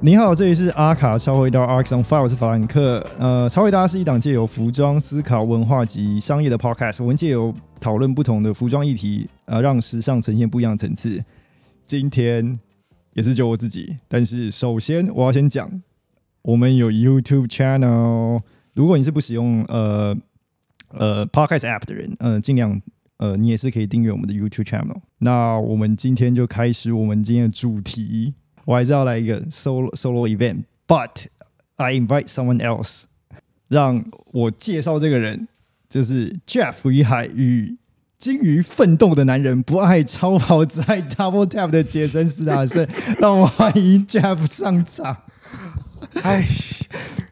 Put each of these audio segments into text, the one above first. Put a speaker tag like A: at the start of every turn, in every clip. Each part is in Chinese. A: 你好，这里是阿卡超回到 a r x on File，我是法兰克。呃，超回答是一档借由服装思考、文化及商业的 podcast，我们借由讨论不同的服装议题，呃，让时尚呈现不一样的层次。今天也是就我自己，但是首先我要先讲，我们有 YouTube channel，如果你是不使用呃呃 podcast app 的人，呃，尽量呃，你也是可以订阅我们的 YouTube channel。那我们今天就开始我们今天的主题。我还是要来一个 solo solo event，but I invite someone else，让我介绍这个人，就是 Jeff 于海与精于奋斗的男人，不爱超跑，只爱 double tap 的杰森斯坦森，让我欢迎 Jeff 上场。
B: 哎，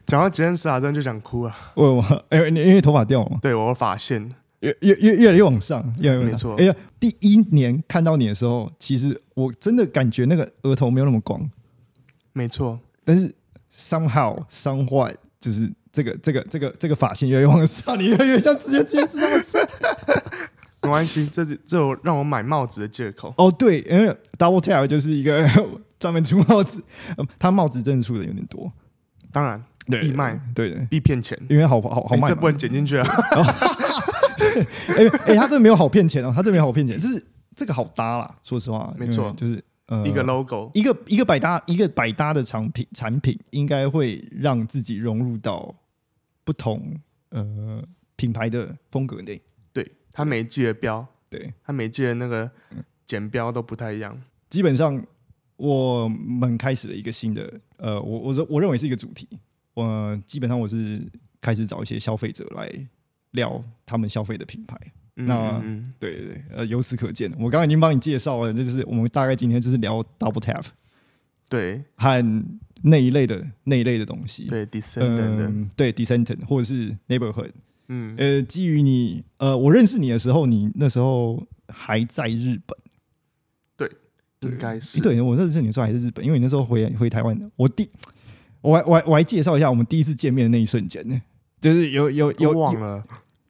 B: 讲到杰森·斯坦森就想哭啊！
A: 为什么？因为哎因为头发掉了嘛，
B: 对我发现，
A: 越越越越来越往上，越来越往上
B: 没错
A: 哎呀，第一年看到你的时候，其实我真的感觉那个额头没有那么光，
B: 没错，
A: 但是 somehow somewhat 就是这个这个这个这个发线越来越往上，你越来越像直接接触那么深。
B: 没关系，这是这有让我买帽子的借口。
A: 哦，对，因为 double tail 就是一个 专门出帽子，嗯，他帽子真的出的有点多，
B: 当然，
A: 对
B: 必卖，
A: 对的，
B: 必骗钱，
A: 因为好好好
B: 哎
A: 卖
B: 这
A: 嘛
B: 不。能剪进去啊！
A: 哎哎，他这没有好骗钱哦，他这没有好骗钱，就是这个好搭啦，说实话，
B: 没错
A: 因为就是呃
B: 一个 logo，
A: 一个一个百搭一个百搭的产品产品，应该会让自己融入到不同呃品牌的风格内。
B: 对，它每一季的标，
A: 对，
B: 它每一季的那个剪标都不太一样。
A: 基本上我们开始了一个新的呃，我我认我认为是一个主题。我、基本上我是开始找一些消费者来聊他们消费的品牌。
B: 嗯
A: 那
B: 嗯嗯
A: 对对对，呃，由此可见，我刚刚已经帮你介绍了，就是我们大概今天就是聊 Double Tap
B: 对
A: 和那一类的那一类的东西。
B: 对，descendant 的，
A: 嗯，对，descendant 或者是 neighborhood，
B: 嗯，
A: 呃，基于你呃，我认识你的时候，你那时候还在日本，
B: 应该是
A: 诶对我认识你的时候还是日本，因为你那时候回回台湾的，我第我还我还我还介绍一下我们第一次见面的那一瞬间呢，就是有有有
B: 我忘
A: 有
B: 了，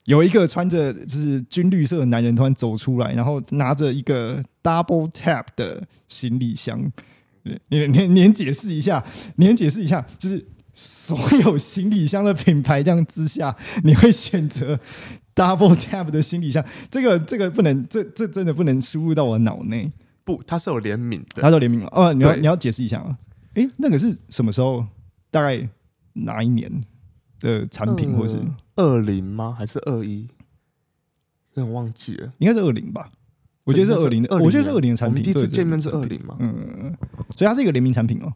A: 有一个穿着就是军绿色的男人突然走出来，然后拿着一个 double tap 的行李箱，你你你你解释一下，你解释一下，就是所有行李箱的品牌这样之下，你会选择 double tap 的行李箱？这个这个不能，这这真的不能输入到我脑内。
B: 不，它是有联名的，
A: 他说联名嘛，哦，你要
B: 对
A: 你要解释一下啊。诶，那个是什么时候？大概哪一年的产品，或是
B: 二零吗？还是二一？有点忘记了。
A: 应该是二零吧？我觉得是二零的，
B: 20
A: 我觉得是二零的产
B: 我们
A: 品。
B: 第一次
A: 对对
B: 见面是
A: 对
B: 二零嘛，
A: 嗯，所以它是一个联名产品哦。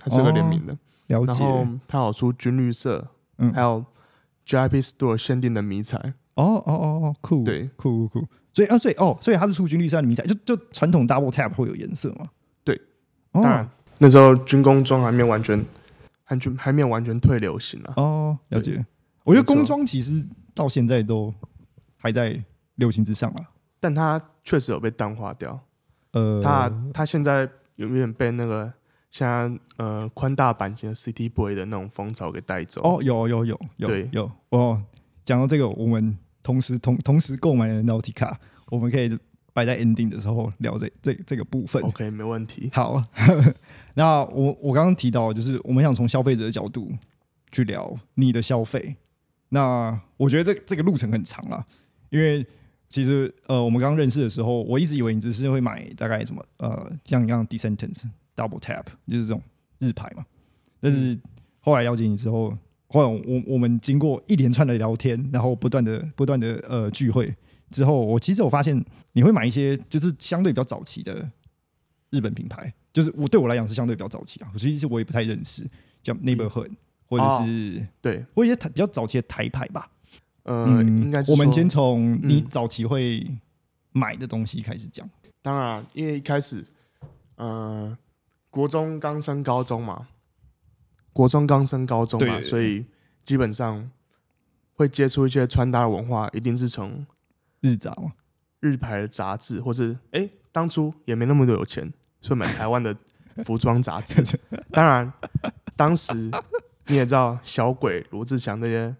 B: 它是有个联名的。
A: 了
B: 然
A: 解
B: 后它有出军绿色，
A: 嗯
B: 还有 JIP Store 限定的迷彩，
A: 哦哦哦哦，酷，
B: 对
A: 酷酷酷。所以啊，所以哦，所以它是出军绿色的迷彩，就就传统 double tap 会有颜色嘛？
B: 对，
A: 哦、
B: 当然那时候军工装还没有完全，还全还没有完全退流行啊。
A: 哦，了解。我觉得工装其实到现在都还在流行之上啊。
B: 但它确实有被淡化掉，
A: 呃，
B: 它它现在有点被那个现在呃宽大版型的 City Boy 的那种风潮给带走。，
A: 哦，有有有有
B: 对
A: 有哦。讲到这个，我们同时同同时购买了 Nautica，我们可以摆在 ending 的时候聊这这这个部分。
B: OK，没问题。
A: 好， 那我我刚刚提到，就是我们想从消费者的角度去聊你的消费。那我觉得这这个路程很长啊，因为其实呃，我们刚认识的时候，我一直以为你只是会买大概什么呃，像你刚刚 Descendants、Double Tap，就是这种日牌嘛。但
B: 嗯
A: 是后来了解你之后，后来我我们经过一连串的聊天，然后不断的不断的呃聚会之后，我其实我发现你会买一些就是相对比较早期的日本品牌，就是我对我来讲是相对比较早期啊，我其实我也不太认识，叫
B: 嗯
A: Neighborhood 或者是、
B: 对，
A: 或者一些台比较早期的台牌吧。
B: 哦呃，应该
A: 嗯
B: 是
A: 我们
B: 说
A: 先从你
B: 嗯
A: 早期会买的东西开始讲。
B: 当然，因为一开始，呃，国中刚升高中嘛，国中刚升高中嘛，
A: 对
B: 所以基本上会接触一些穿搭的文化，一定是从
A: 日杂嘛，
B: 日牌的杂志，或是哎、诶当初也没那么多有钱，所以买台湾的服装杂志。当然，当时你也知道小鬼、罗志祥那些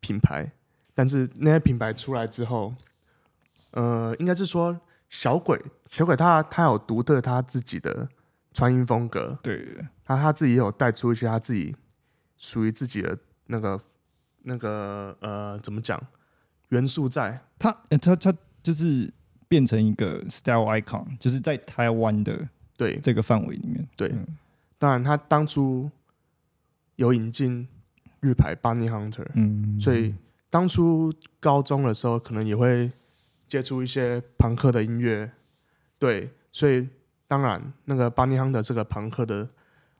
B: 品牌，但是那些品牌出来之后，呃，应该是说小鬼，小鬼他他有独特他自己的穿衣风格，
A: 对，
B: 他他自己也有带出一些他自己属于自己的那个那个呃，怎么讲元素在。
A: 他呃他他就是变成一个 style icon，就是在台湾的
B: 对，
A: 这个范围里面，
B: 对
A: 嗯
B: 当然他当初有引进日牌 Bunny Hunter，
A: 嗯，
B: 所以当初高中的时候可能也会接触一些朋克的音乐，对，所以当然那个 Bunny Hunter 这个朋克的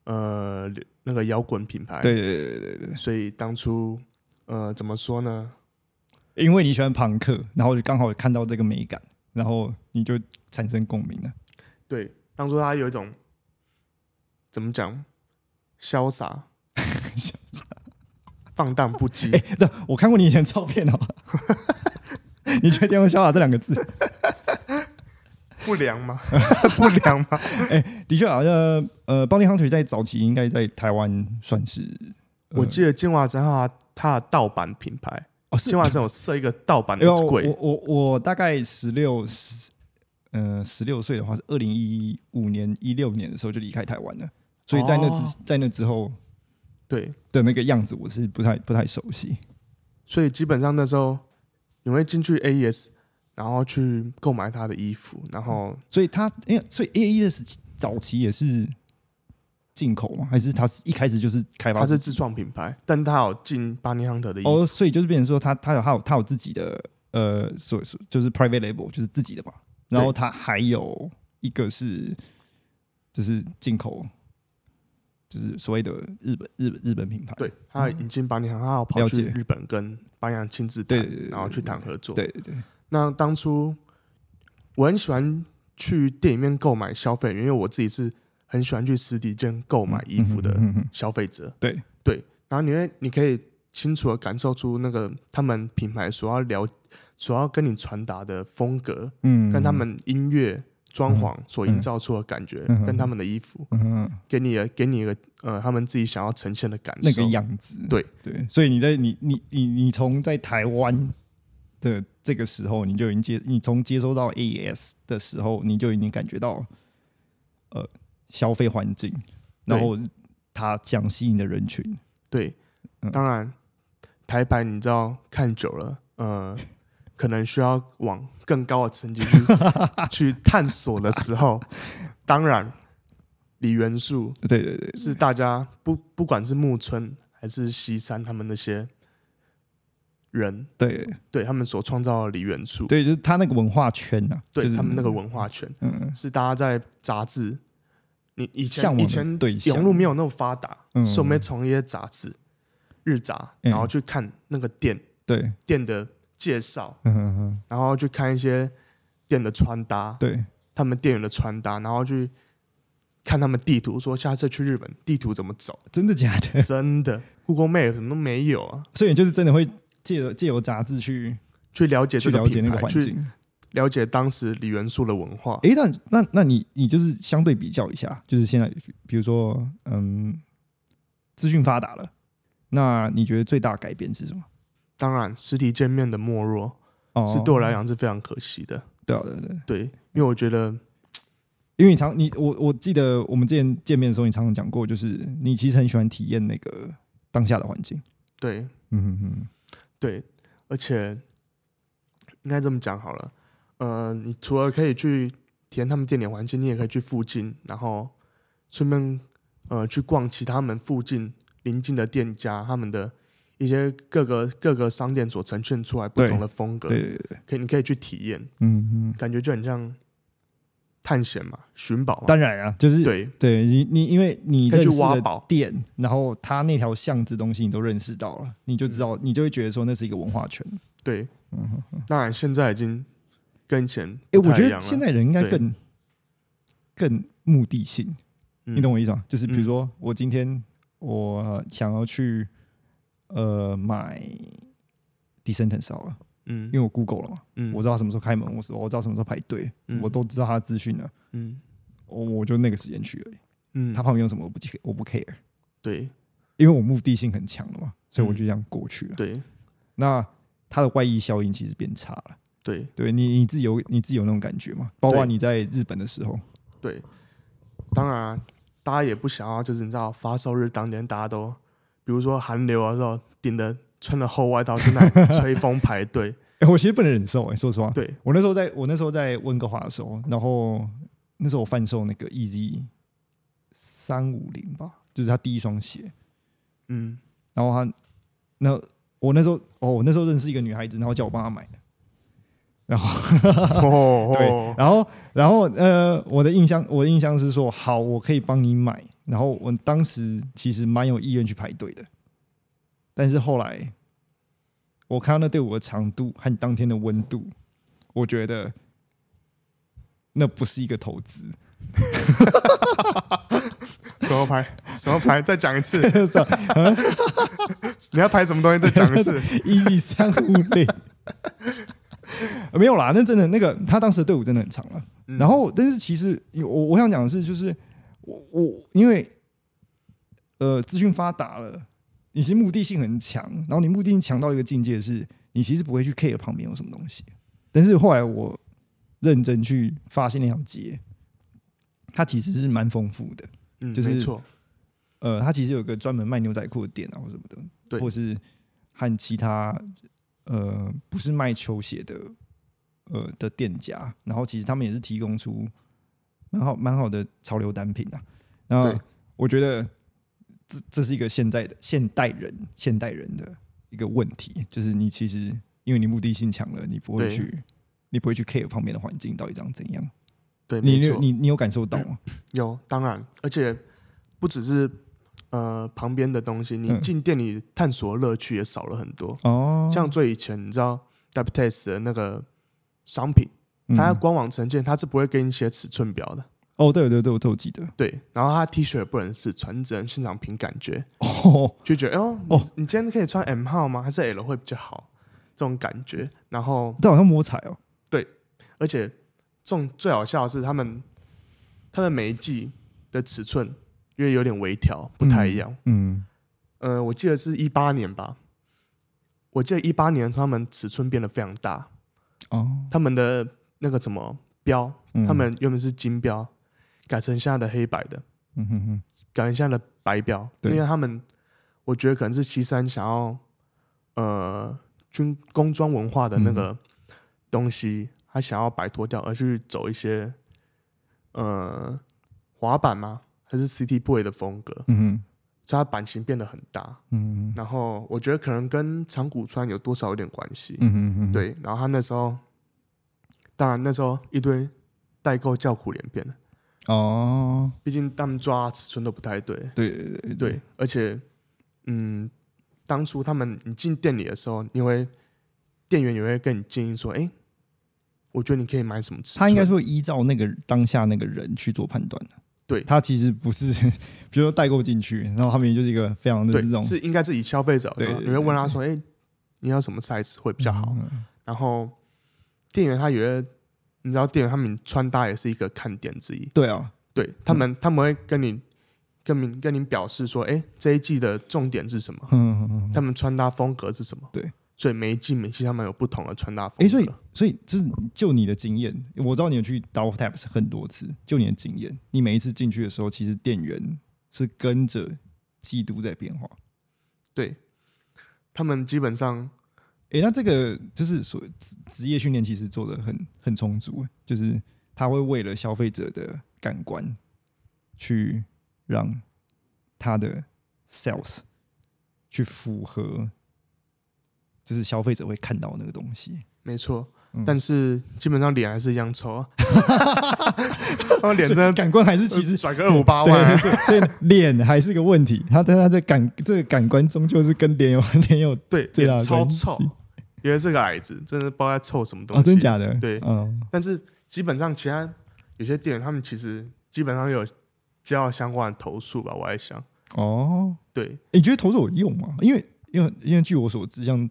B: 呃那个摇滚品牌，
A: 对对对对对
B: 所以当初呃怎么说呢？
A: 对，因为你喜欢朋克，然后就刚好看到这个美感，然后你就产生共鸣了。
B: 对，当初他有一种怎么讲，潇洒，
A: 潇
B: 洒，放荡不羁。
A: 那我看过你以前照片 哦，你确定用“潇洒”这两个字？
B: 不良吗？ 不良吗？
A: 的确好像呃，邦尼亨腿在早期应该在台湾算是，呃
B: 我记得金华城它它的盗版品牌，
A: 哦是
B: 金华城有设一个盗版
A: 因为
B: 的
A: 我
B: 柜，
A: 我我大概十六十呃十六岁的话是二零一五年一六年的时候就离开台湾了，所以在那之、
B: 哦
A: 在那之后
B: 对，
A: 的那个样子我是不太不太熟悉。
B: 所以基本上那时候你会进去 AES，然后去购买他的衣服，然后
A: 所以他哎、所以 A E S 早期也是进口吗？还是他是一开始就是开发
B: 他是自创品牌，但他有进巴尼亨特的衣服，
A: 哦，所以就是变成说他他有他有他有自己的呃，所所就是 private label 就是自己的嘛，然后他还有一个是就是进口，就是所谓的日本日本日本品牌。
B: 对，他引进巴尼亨，他有跑
A: 嗯了
B: 去
A: 解
B: 日本跟巴尼亨亲自
A: 对
B: 谈
A: 对，对对
B: 然后去谈合作。
A: 对对对，
B: 那当初我很喜欢去店里面购买消费，因为我自己是很喜欢去实体店购买衣服的
A: 嗯嗯嗯嗯
B: 消费者。
A: 对
B: 对，然后你会你可以清楚的感受出那个他们品牌所要了所要跟你传达的风格，
A: 嗯，
B: 跟他们音乐装潢所营造出的感觉，
A: 嗯嗯
B: 跟他们的衣服
A: 嗯嗯嗯
B: 给你的给你一个呃他们自己想要呈现的感受。
A: 那个样子。
B: 对
A: 对，所以你在你你你你从在台湾的这个时候，你就已经接你从接收到 AES 的时候，你就已经感觉到呃消费环境，然后它想吸引的人群，
B: 对，
A: 嗯
B: 当然台牌你知道看久了， 呃，可能需要往更高的层级去去探索的时候，当然李元素
A: 对对对，
B: 是大家不不管是木村还是西山他们那些人，
A: 对
B: 对他们所创造的李元素，
A: 对，就是它那个文化圈呐、啊，
B: 对
A: 就是
B: 他们那个文化圈
A: 嗯
B: 是大家在杂志。你以前
A: 向往
B: 以
A: 的
B: 前
A: 对象
B: 网络没有那么发达，
A: 嗯
B: 所以我们从一些杂志、日杂，
A: 嗯
B: 然后去看那个店，
A: 对，
B: 店的介绍，
A: 嗯嗯嗯，
B: 然后去看一些店的穿搭，
A: 对
B: 他们店员的穿搭，然后去看他们地图，说下次去日本地图怎么走。
A: 真的假的？
B: 真的，Google Map 什么都没有啊，
A: 所以你就是真的会借由借由杂志去
B: 去了解
A: 去
B: 这个
A: 了解
B: 品
A: 那个
B: 牌，
A: 环
B: 去
A: 境。
B: 了解当时李元素的文化。
A: 诶，那那那你你就是相对比较一下，就是现在比如说，嗯，资讯发达了，那你觉得最大的改变是什么？
B: 当然，实体见面的没落
A: 哦，
B: 是对我来讲是非常可惜的。
A: 对啊，对啊对啊，
B: 对，因为我觉得
A: 因为你常你我我记得我们之前见面的时候，你常常讲过，就是你其实很喜欢体验那个当下的环境。
B: 对
A: 嗯嗯
B: 对，而且应该这么讲好了。呃，你除了可以去体验他们店里的环境，你也可以去附近，然后顺便呃去逛其他们附近邻近的店家，他们的一些各个各个商店所呈现出来不
A: 对
B: 同的风格
A: 嗯，，对对对，
B: 可以你可以去体验，
A: 嗯嗯，
B: 感觉就很像探险嘛，寻宝嘛，
A: 当然啊，就是
B: 对
A: 对你你因为你
B: 可以去
A: 认识
B: 挖
A: 的
B: 宝
A: 店，然后它那条巷子东西你都认识到了，你就知道你就会觉得说那是一个文化圈。
B: 对。
A: 嗯哼。
B: 当然现在已经跟以前
A: 哎、
B: 不
A: 我
B: 太
A: 觉
B: 一
A: 得
B: 样
A: 现
B: 了，
A: 在人应该
B: 对
A: 更更目的性，
B: 嗯
A: 你懂我意思吗？就是比
B: 嗯
A: 如说，我今天我想要去呃买 Descendants 好了，
B: 嗯
A: 因为我 Google 了嘛，
B: 嗯
A: 我知道什么时候开门，我我知道什么时候排队，
B: 嗯
A: 我都知道他的资讯了，
B: 嗯
A: 我我就那个时间去而已。
B: 嗯
A: 他旁边有什么我不 care- 我不 care，
B: 对
A: 因为我目的性很强了
B: 嗯
A: 嘛，所以我就这样过去了。
B: 对
A: 那它的外溢效应其实变差了，
B: 对
A: 对你你自己有你自己有那种感觉吗？包括
B: 对
A: 你在日本的时候，
B: 对，当然啊，大家也不想要，就是你知道发售日当天，大家都比如说寒流啊时候，顶着穿着厚外套在 那吹风排队。
A: 哎我其实不能忍受、哎，说实话，
B: 对，
A: 我那时候在我那时候在温哥华的时候，然后那时候我贩售那个 EZ 三五零吧，就是他第一双鞋，
B: 嗯，
A: 然后他那我那时候哦，我那时候认识一个女孩子，然后叫我帮她买的，
B: 哦
A: 对
B: 哦，，
A: 然后然后呃，我的印象我的印象是说，好，我可以帮你买，然后我当时其实蛮有意愿去排队的，但是后来我看到那队伍的长度和当天的温度，我觉得那不是一个投资。
B: 什么牌？什么牌？再讲一 次，
A: 是吧
B: 你要拍什么东西？再讲一次。
A: Easy 三五零，没有啦，那真的那个他当时的队伍真的很长了。
B: 嗯
A: 然后，但是其实我我想讲的是，就是我我因为呃资讯发达了，你其实目的性很强，然后你目的性强到一个境界是，你其实不会去 care 旁边有什么东西。但是后来我认真去发现那条街，它其实是蛮丰富的。
B: 嗯，
A: 就是
B: 没错，
A: 呃，它其实有个专门卖牛仔裤的店啊，或什么的，
B: 对
A: 或是和其他呃不是卖球鞋的呃的店家，然后其实他们也是提供出蛮好蛮好的潮流单品啊。那
B: 对
A: 我觉得这这是一个现在的现代人现代人的一个问题，就是你其实因为你目的性强了，你不会
B: 对
A: 去你不会去 care 旁边的环境到底长怎样，
B: 对，
A: 你
B: 没
A: 你
B: 错。
A: 你你有感受到吗？
B: 有，当然，而且不只是呃旁边的东西，你
A: 嗯
B: 进店里探索乐趣也少了很多。
A: 哦，
B: 像最以前，你知道 d e p t e s 的那个商品，它
A: 嗯
B: 官网呈现，它是不会给你写尺寸表的。
A: 哦，对对对，我都记得
B: 对，然后它 T 恤也不能试穿，只能现场凭感觉，
A: 哦。
B: 就觉得，哎呦，
A: 哦
B: 你你今天可以穿 M 号吗？还是 L 会比较好？这种感觉。然后，
A: 这好像摸彩哦。
B: 而且这种最好笑的是，他们他们每一季的尺寸因为有点微调，不太一样。
A: 嗯，
B: 呃，我记得是一八年吧，我记得一八年的时候他们尺寸变得非常大，
A: 哦，
B: 他们的那个什么标，
A: 嗯
B: 他们原本是金标，改成现在的黑白的，
A: 嗯哼哼，
B: 改成现在的白标，因
A: 对
B: 为他们我觉得可能是西山想要呃军工装文化的那
A: 嗯
B: 个东西，他想要摆脱掉，而去走一些呃滑板吗？还是 City Boy 的风格，
A: 嗯哼，
B: 所以它版型变得很大。
A: 嗯哼，
B: 然后我觉得可能跟长谷川有多少有点关系，
A: 嗯哼哼，
B: 对。然后他那时候，当然那时候一堆代购叫苦连篇的，
A: 哦，
B: 毕竟他们抓尺寸都不太对，
A: 对对对
B: 对。而且，嗯，当初他们你进店里的时候，因为店员也会跟你建议说，哎、我觉得你可以买什么尺寸，
A: 他应该说依照那个当下那个人去做判断的。
B: 对
A: 他其实不是， 比如说代购进去，然后他们就是一个非常的
B: 对
A: 这种，嗯
B: 是应该是以消费者的，
A: 对对对
B: 你会问他说，哎、你要什么 size 会比较好？
A: 嗯，
B: 然后店员他有的，你知道店员他们穿搭也是一个看点之一，
A: 对啊，
B: 对他们、他们会跟你跟你跟你表示说，哎，这一季的重点是什么？
A: 嗯嗯嗯。
B: 他们穿搭风格是什么？
A: 对，
B: 所以每一季每季他们有不同的穿搭风格。
A: 哎，所以所以就是就你的经验，我知道你有去 d o u t a p 很多次，就你的经验，你每一次进去的时候，其实店员是跟着季度在变化。
B: 对他们基本上
A: 诶，那这个就是所职职业训练其实做的很很充足欸，就是他会为了消费者的感官去让他的 sales 去符合，就是消费者会看到那个东西。
B: 没错，
A: 嗯
B: 但是基本上脸还是一样臭 啊，他们脸真
A: 所以
B: 的
A: 感官还是其实
B: 呃。甩个二五八
A: 对，
B: 万
A: 没
B: 啊。
A: 错，所以脸还是个问题。他但他这感这个感官终究是跟脸有 脸有
B: 对，
A: 最大
B: 脸
A: 的
B: 超
A: 关系
B: 臭，原来是个矮子，真的不知道在臭什么东
A: 啊、
B: 西。
A: 真假的？
B: 对
A: 嗯，
B: 但是基本上其他有些店员他们其实基本上有接到相关的投诉吧，我在想，
A: 哦，
B: 对，
A: 你觉得投手有用吗？因为因为因为据我所知，像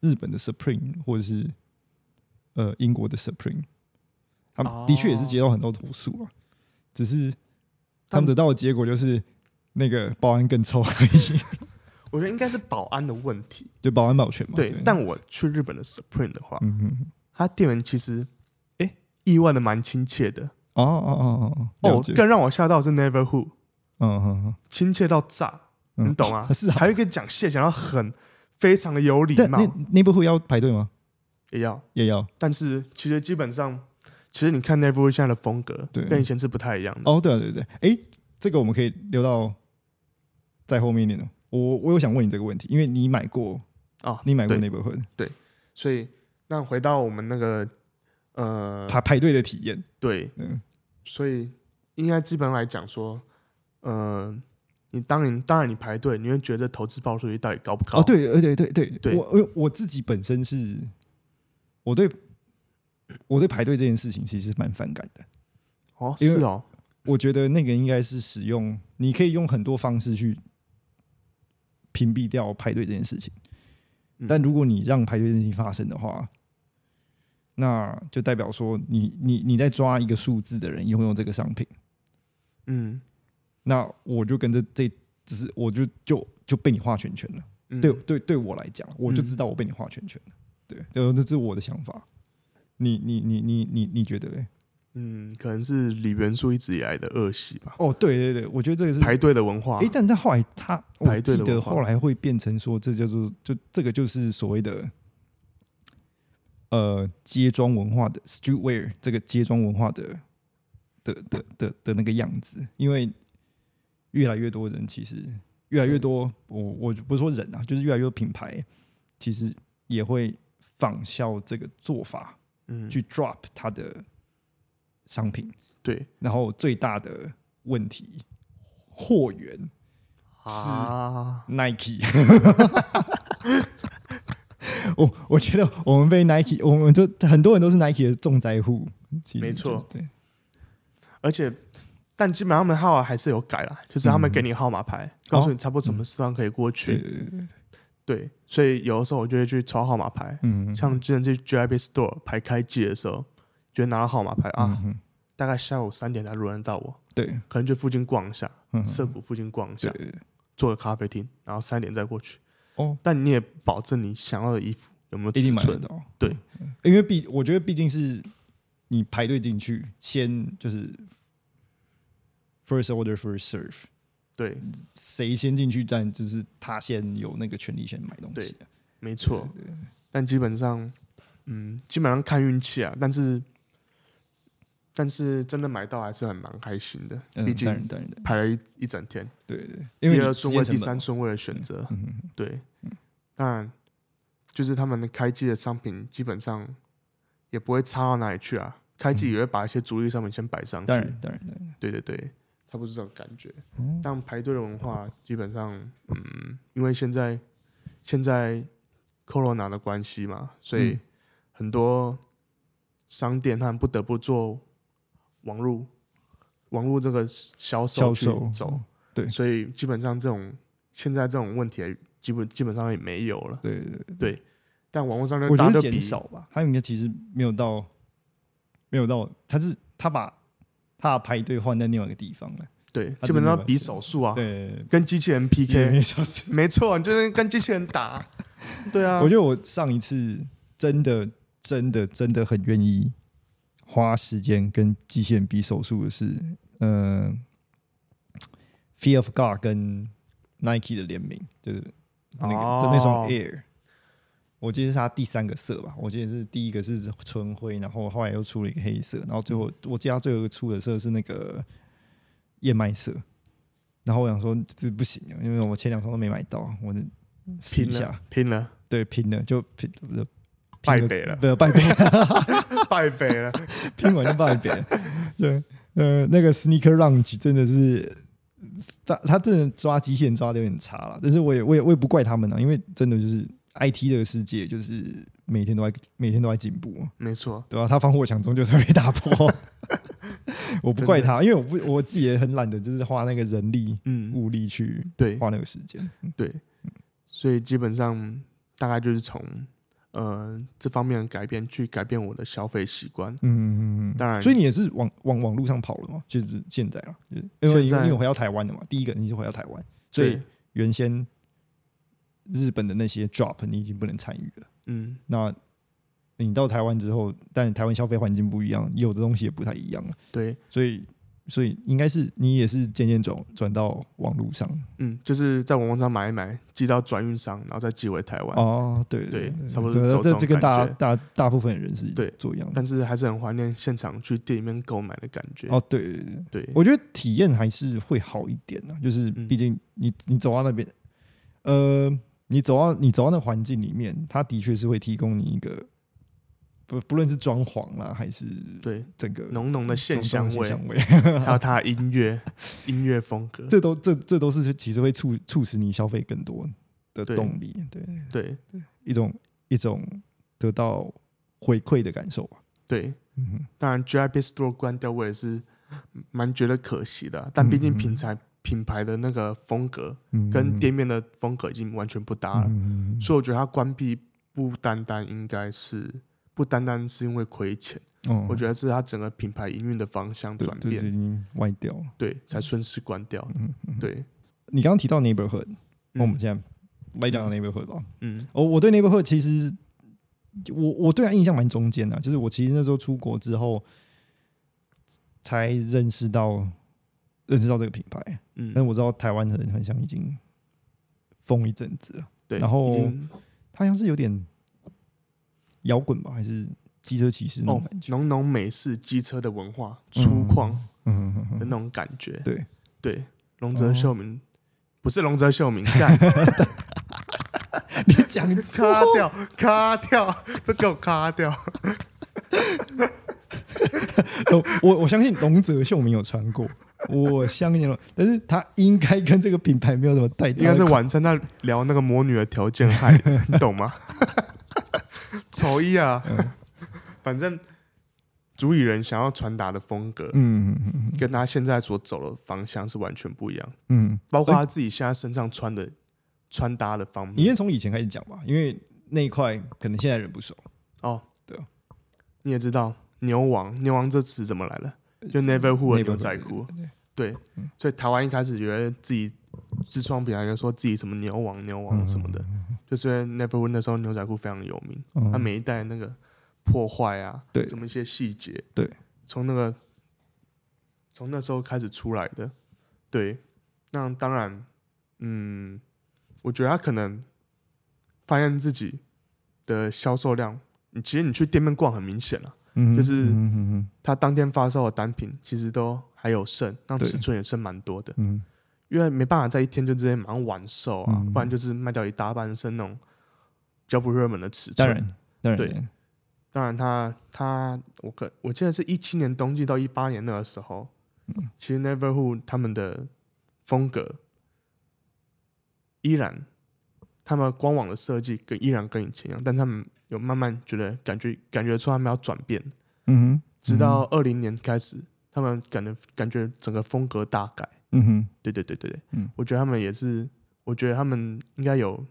A: 日本的 Supreme 或者是呃英国的 Supreme，他们
B: 哦
A: 的确也是接到很多投诉啊，只是他
B: 但
A: 们得到的结果就是那个保安更臭而已，
B: 我觉得应该是保安的问题。
A: 就保安保全嘛。
B: 对
A: 哦对，，嗯
B: 但我去日本的 Supreme 的话，
A: 嗯哼
B: 他店员其实哎、诶意外的蛮亲切的，
A: 哦哦哦哦，了
B: 哦
A: 解，
B: 更让我吓到的是 Neighborhood，
A: 嗯嗯嗯，
B: 亲切到炸，
A: 嗯
B: 你懂啊？
A: 是啊
B: 还有一个讲谢讲到很非常的有礼
A: 但
B: 貌
A: 那，neighborhood 要排队吗？
B: 也要。
A: 也要
B: 但是其实基本上，其实你看 Neighborhood 现在的风格，
A: 对
B: 跟以前是不太一样的。
A: 哦，对啊对对对，哎，这个我们可以留到在后面一点哦。我我有想问你这个问题，因为你买过，
B: 哦，
A: 你买过
B: 对
A: neighborhood
B: 所以那回到我们那个呃，
A: 排排队的体验，
B: 对，
A: 嗯
B: 所以应该基本来讲说，呃，你当然当然你排队，你会觉得投资报酬率到底高不高？
A: 哦，，对，呃对对对
B: 对
A: 我我我自己本身是，我对我对排队这件事情其实蛮反感的。
B: 哦，
A: 因为
B: 是哦，
A: 我觉得那个应该是使用，你可以用很多方式去屏蔽掉排队这件事情。
B: 嗯
A: 但如果你让排队这件事情发生的话，那就代表说你你你在抓一个数字的人拥有这个商品，
B: 嗯
A: 那我就跟着这只是我就就就被你画圈圈了。
B: 嗯，
A: 对对，对我来讲，我就
B: 嗯
A: 知道我被你画圈圈了。对，对，那是我的想法。你你你你你你觉得嘞？
B: 嗯，可能是李元素一直以来的恶习吧，
A: 哦，对对对，我觉得这个是
B: 排队的文化
A: 哎、。但但后来他，我
B: 啊排队
A: 记
B: 的
A: 得
B: 文化
A: 后来会变成说，这叫做就这个就是所谓的呃街装文化的 streetwear 这个街装文化的的的的的那个样子，因为越来越多人其实越来越多，我我不是说人啊，就是越来越多品牌其实也会仿效这个做法
B: 嗯，
A: 去 drop 它的商品，
B: 对，
A: 然后最大的问题货源。是
B: 啊，
A: Nike。我我觉得我们被 Nike，我们就很多人都是 Nike 的重灾户，其实
B: 没错
A: 就是对，
B: 而且，但基本上他们号码还是有改啦，就是他们给你号码
A: 嗯
B: 牌，告诉你差不多什么时段可以过去。
A: 对对嗯对对，
B: 对，所以有的时候我就会去抄号码牌，
A: 嗯，
B: 像之前去 JIB Store 排开季的时候，就会拿到号码牌啊，
A: 嗯嗯
B: 大概下午三点才轮得到我，
A: 对，
B: 可能去附近逛一下，
A: 嗯，
B: 涩谷附近逛一
A: 对
B: 下，坐个咖啡厅，然后三点再过去。
A: 哦，
B: 但你也保证你想要的衣服有没有
A: 一
B: 尺
A: 定买得
B: 寸？
A: 到，
B: 对
A: 嗯，因为毕我觉得毕竟是你排队进去，先就是 first order first serve，
B: 对，
A: 谁先进去站，就是他先有那个权利先买东西的，
B: 没错。但基本上，嗯，基本上看运气啊。但是，但是真的买到还是很蛮开心的，
A: 嗯
B: 毕，
A: 当然
B: 竟
A: 当然的，
B: 排了一一整天。
A: 对对，对因为
B: 第
A: 你
B: 二
A: 时
B: 顺
A: 间
B: 位、
A: 成
B: 第
A: 本
B: 三
A: 嘛，
B: 顺位的选择，
A: 嗯嗯嗯
B: 对，当然就是他们的开机的商品基本上也不会差到哪里去啊。开机也会把一些主力商品先摆上去，
A: 嗯当然当然当然。哦
B: 对对对，差不多是这种感觉。但排队的文化基本上，嗯，因为现在现在 corona 的关系嘛，所以
A: 嗯
B: 很多商店他们不得不做网络网络这个销售
A: 销
B: 去
A: 售嗯
B: 走，
A: 对
B: 所以基本上这种现在这种问题基本基本上也没有了。
A: 对对对，
B: 但网络上就
A: 我
B: 大
A: 觉
B: 家
A: 得
B: 就比
A: 减少吧，他应该其实没有到，没有到，他是他把他把排队换在另外一个地方了。
B: 对，
A: 他
B: 基
A: 真
B: 本
A: 的
B: 上
A: 蛮
B: 比
A: 少
B: 手速啊，
A: 对对
B: 跟机器人 PK，
A: 没消失。
B: 没错，你就是跟机器人打。 对啊，
A: 我觉得我上一次真的真的真的很愿意花时间跟机器人比手速的是，呃，Fear of God 跟 Nike 的联名，就是那个、
B: 哦
A: 那双 Air。我记得是它第三个色吧，我记得是第一个是纯灰，然后后来又出了一个黑色，然后最
B: 嗯
A: 后我记得它最后一个出的色是那个燕麦色，然后我想说这不行啊，因为我前两双都没买到，我就试一
B: 拼
A: 下
B: 了，，拼了，
A: 对，拼了就拼呃
B: 败
A: 拼
B: 北了
A: 不败北，
B: 败北了。
A: 拼完就败北了。对，呃，那个 Sneaker Lounge 真的是，他他真的抓极限抓的有点差了，但是我也我也我也不怪他们啊，因为真的就是 IT 这个世界，就是每天都在每天都在进步啊，
B: 没错，
A: 对吧、他防火墙终究是会被打破， 我不怪
B: 真
A: 他，因为我不我自己也很懒得，就是花那个人力
B: 嗯，
A: 物力去
B: 对
A: 花那个时间。
B: 对，所以基本上大概就是从呃这方面的改变去改变我的消费习惯。
A: 嗯，嗯嗯嗯
B: 当然
A: 所以你也是往往网络上跑了嘛？就是现在啊，就是因为
B: 现
A: 因
B: 在
A: 为你回到台湾了嘛，第一个你是回到台湾，所以
B: 对，
A: 原先日本的那些 drop 你已经不能参与了。
B: 嗯，
A: 那你到台湾之后，但台湾消费环境不一样，有的东西也不太一样啊，
B: 对，
A: 所以所以应该是你也是渐渐转转到网络上
B: 嗯，就是在网络上买一买，寄到转运商，然后再寄回台湾。
A: 哦，对
B: 对
A: 对，
B: 差不多是
A: 对
B: 走
A: 这
B: 这
A: 这
B: 种
A: 跟大
B: 感觉
A: 大大部分人是
B: 对
A: 做一样的
B: 但是还是很怀念现场去店里面购买的感觉。
A: 哦，对对对，
B: 对，
A: 我觉得体验还是会好一点的、啊就是
B: 嗯
A: 毕竟你你走到那边，呃，你走到你走到那环境里面，它的确是会提供你一个不不论是装潢啦，还是
B: 对
A: 整个
B: 浓浓的
A: 现
B: 线香味，
A: 香味，
B: 还有它的音乐音乐风格。
A: 这都这这都是其实会促促使你消费更多的
B: 对
A: 动力，对
B: 对
A: 一种一种得到回馈的感受吧。
B: 对，
A: 嗯哼，
B: 当然 JIP Store 关掉我也是蛮觉得可惜的啊，但毕竟
A: 嗯
B: 品牌品牌的那个风格
A: 嗯
B: 跟店面啊的风格已经完全不搭了，
A: 嗯
B: 所以我觉得它关闭不单单应该是不单单是因为亏钱，
A: 哦
B: 我觉得是它整个品牌营运的方向
A: 对
B: 转
A: 对对
B: 变，
A: 已经歪掉了。
B: 对，才顺势关掉。
A: 嗯嗯，
B: 对，
A: 你刚刚提到 neighborhood，那我们
B: 嗯
A: 现在来讲 neighborhood 吧。
B: 嗯
A: 哦，我对 neighborhood 其实我我对他印象蛮中间的啊，就是我其实那时候出国之后才认识到认识到这个品牌，但
B: 嗯，
A: 我知道台湾人很像已经疯一阵子了，
B: 对，
A: 然后嗯
B: 已经
A: 它像是有点摇滚吧，还是机车骑士那种
B: 哦
A: 感，觉，
B: 浓浓美式机车的文化粗犷
A: 嗯嗯嗯
B: 的
A: 嗯，
B: 那种感觉，
A: 对哦
B: 对，龙泽秀明、不是龙泽秀明，干
A: 你讲 错
B: 咔掉咔掉， 这给我 咔掉，
A: 哦我我相信龙泽秀明有穿过，我相信了，但是他应该跟这个品牌没有什么太大的
B: 应该是晚餐在聊那个魔女的条件害，你懂吗？ 丑一啊，
A: 嗯
B: 反正主理人想要传达的风格，
A: 嗯嗯嗯
B: 跟他现在所走的方向是完全不一样，
A: 嗯。
B: 包括他自己现在身上穿的穿搭的方
A: 你
B: 面。
A: 先从以前开始讲吧，因为那一块可能现在人不熟。
B: 哦，
A: 对啊，
B: 你也知道牛王，牛王这词怎么来的？就
A: Neighborhood，
B: Neverhood 的
A: 嗯
B: 牛仔裤。对，所以台湾一开始觉得自己自创品牌，就说自己什么牛王、牛
A: 嗯
B: 王什么的，就是因为 Neverhood 那时候牛仔裤非常有名，
A: 嗯
B: 它每一代那个破坏啊，
A: 对
B: 什么一些细节，
A: 对，
B: 从那个从那时候开始出来的，对，那当然，嗯，我觉得他可能发现自己的销售量，你其实你去店面逛很明显了、
A: 嗯
B: 就是
A: 嗯嗯
B: 他当天发售的单品其实都还有剩，那
A: 对
B: 尺寸也剩蛮多的，
A: 嗯
B: 因为没办法在一天就直接马上完售啊，
A: 嗯
B: 不然就是卖掉一大半身那种比较不热门的尺寸。
A: 当然，当然，
B: 对当然他，他我可我记得是一七年冬季到一八年那个时候，
A: 嗯
B: 其实 Neverhood 他们的风格依然，他们官网的设计跟依然跟以前一样，但他们有慢慢觉得感觉感觉出他们要转变，
A: 嗯哼，
B: 直到二零年开始，他们感觉感觉整个风格大改。
A: 嗯哼，
B: 对对对对对，
A: 嗯
B: 我觉得他们也是，我觉得他们应该有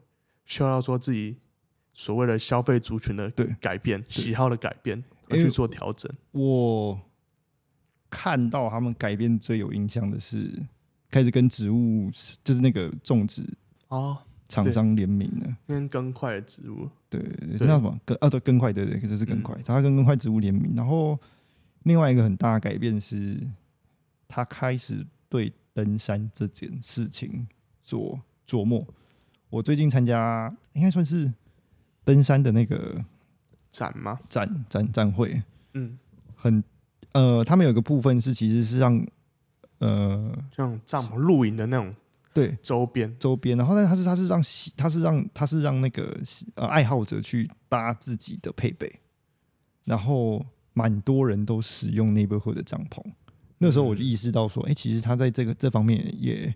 B: 需要说自己所谓的消费族群的
A: 对
B: 改变、喜好的改变，
A: 因
B: 而
A: 为
B: 去做调整。
A: 我看到他们改变最有印象的是开始跟植物，就是那个种植
B: 哦，
A: 厂商联名了。
B: 那边更快的植物，
A: 对对，
B: 对
A: 那什么更啊对更快对对，就是更快，他跟更快植物联名，然后另外一个很大的改变是，他开始对登山这件事情做琢磨。我最近参加应该算是登山的那个
B: 展吗？
A: 展展展会，
B: 嗯，
A: 很呃，他们有一个部分是其实是让呃
B: 像帐篷露营的那种
A: 对
B: 周边，
A: 周边，然后但是他是他是让喜他是让他是让那个喜呃爱好者去搭自己的配备，然后蛮多人都使用 neighborhood 的帐篷。那时候我就意识到说，哎、其实他在这个这方面也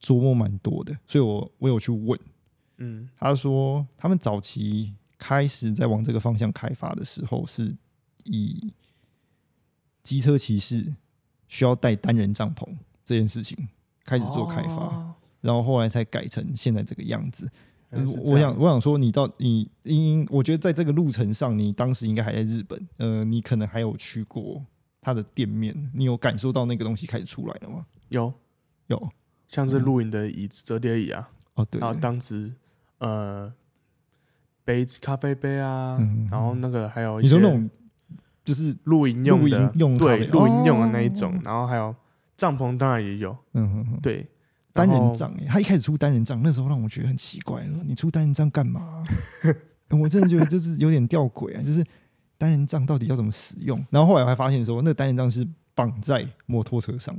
A: 琢磨蛮多的，所以我我有去问，
B: 嗯
A: 他说他们早期开始在往这个方向开发的时候，是以机车骑士需要带单人帐篷这件事情开始做开发。
B: 哦
A: 然后后来才改成现在这个样子。呃
B: 原来是这
A: 我
B: 样
A: 想，我想说，你到你因，我觉得在这个路程上，你当时应该还在日本，呃，你可能还有去过他的店面，你有感受到那个东西开始出来了吗？
B: 有
A: 有
B: 嗯像是露营的椅子、折叠椅啊，
A: 哦，对
B: 然，后当时呃杯子、咖啡杯啊，
A: 嗯
B: 然后那个还有一
A: 你说
B: 些
A: 那种就是
B: 露营
A: 露
B: 用的
A: 营，用的
B: 对
A: 咖啡
B: 露营用的
A: 哦
B: 那一种，然后还有帐篷，当然也有，
A: 嗯哼哼
B: 对，
A: 单
B: 然后
A: 人帐欸，他一开始出单人帐，那时候让我觉得很奇怪，说你出单人帐干嘛？ 我真的觉得就是有点吊诡啊，就是单人帐到底要怎么使用？然后后来我还发现说，那单人帐是绑在摩托车上，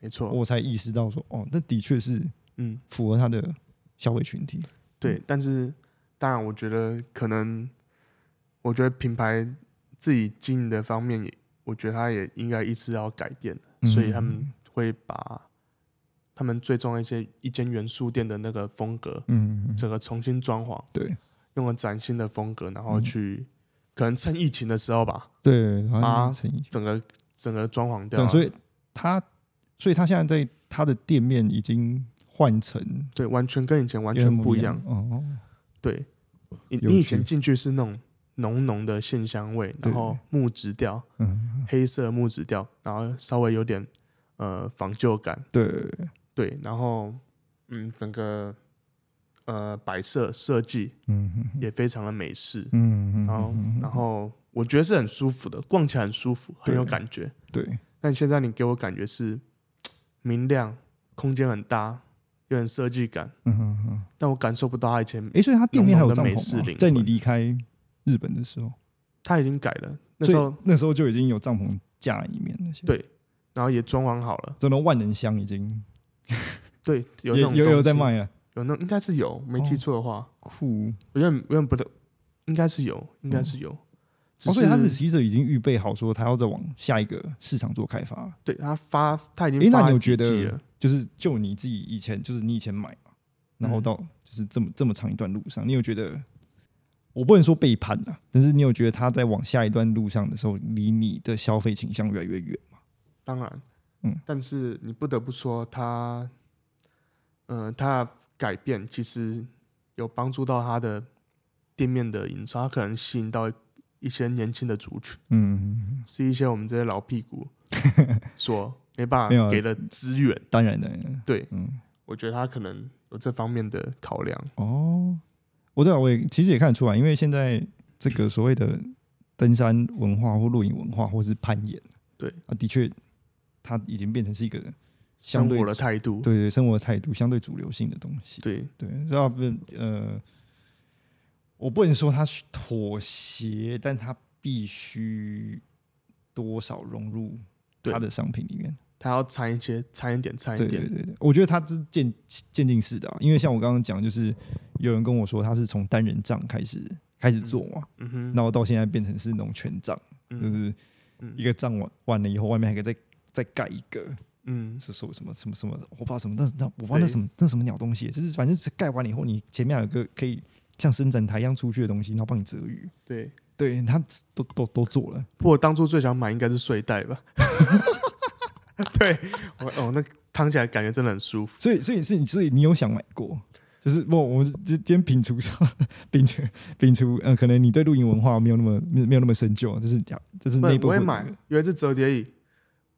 B: 没错，
A: 我才意识到说，哦，那的确是
B: 嗯，
A: 符合他的消费群体。
B: 对，但是当然，我觉得可能，我觉得品牌自己经营的方面也，我觉得他也应该意识到改变，
A: 嗯
B: 所以他们会把他们最重要一些一间元素店的那个风格，
A: 嗯，嗯，
B: 整个重新装潢，
A: 对
B: 用了崭新的风格，然后
A: 嗯
B: 去、可能趁疫情的时候吧，
A: 对，好
B: 啊
A: 像是陈奕迅
B: 整个整个装潢
A: 这
B: 掉
A: 样，
B: 啊，
A: 所以他，所以他现在在他的店面已经换成
B: 对，完全跟以前完全不一样。
A: 哦，
B: 对，你
A: 有
B: 你以
A: 趣
B: 前进去是那种浓浓的线香味，
A: 对
B: 然后木质调，
A: 嗯，
B: 黑色木质调，然后稍微有点呃仿旧感，
A: 对，
B: 对，然后嗯，整个呃摆设设计
A: 嗯嗯
B: 也非常的美式，
A: 嗯，嗯
B: 然后
A: 嗯
B: 然后我觉得是很舒服的，逛起来很舒服，很有
A: 对
B: 感觉。
A: 对，
B: 但现在你给我感觉是明亮，空间很大，有点设计感，
A: 嗯嗯嗯。
B: 但我感受不到它以前
A: 诶，所以它店面还有帐
B: 浓浓的美式
A: 篷
B: 灵
A: 吗
B: 魂？
A: 在你离开日本的时候，
B: 它已经改了，那
A: 所以
B: 时候
A: 那时候就已经有帐篷架里面那些，
B: 对然后也装潢好了，
A: 这种万人箱已经
B: 对，有
A: 也
B: 那种
A: 有
B: 东
A: 有在
B: 西，
A: 卖了，
B: 有那应该是有，没记
A: 哦
B: 错的话，
A: 酷。
B: 我有点有点不对，应该是有，应该是有，只
A: 哦，所以它是
B: 是
A: 其实已经预备好说，它要再往下一个市场做开发了。
B: 对它发，它已
A: 诶
B: 经
A: 那
B: 发
A: 你有
B: 了几
A: 觉
B: 季
A: 得
B: 了，
A: 就是就你自己以前，就是你以前买嘛，然后
B: 嗯
A: 到就是这么这么长一段路上，你有觉得？我不能说背叛啊，但是你有觉得他在往下一段路上的时候，离你的消费倾向越来越远吗？
B: 当然，
A: 嗯，
B: 但是你不得不说它，嗯，它的改变其实有帮助到它的店面的营收，它可能吸引到一些年轻的族群，
A: 嗯，
B: 是一些我们这些老屁 股所没办
A: 没有
B: 法给的资源，
A: 当然当然，
B: 对
A: 嗯，
B: 我觉得它可能有这方面的考量，
A: 哦，我对啊，我也其实也看得出来，因为现在这个所谓的登山文化或露营文化，或是攀岩，
B: 对
A: 啊，的确，它已经变成是一个相
B: 生
A: 对
B: 活的态度，
A: 对对生活态度相对主流性的东西。
B: 对
A: 对，所以它不呃，我不能说它是妥协，但它必须多少融入
B: 对
A: 它的商品里面。
B: 他要掺一些，掺一点，掺一
A: 对
B: 点，
A: 对对对，我觉得它是渐渐进式的、啊，因为像我刚刚讲，就是有人跟我说他是从单人帐开始开始做嘛，
B: 嗯哼，
A: 然后到现在变成是那种全帐，就
B: 嗯
A: 是
B: 嗯
A: 一个帐完完了以后，外面还可以再再盖一个，
B: 嗯，
A: 是说什么什么什么，我不知道什么，那那我不知道那
B: 对
A: 什么那什么鸟东西，就是反正是盖完了以后，你前面还有个可以像伸展台一样出去的东西，然后帮你遮雨。
B: 对。
A: 对他都都都做了，
B: 不过我当初最想买应该是睡袋吧。 对，我哦，那躺起来感觉真的很舒服。
A: 所以所以是你所以你有想买过，就是不我们今天摒除上 摒除摒除呃，可能你对露营文化没有那么没有没有那么深究，这是这是
B: 不
A: 内
B: 然
A: 嗯部
B: 我也买，有一次折叠椅。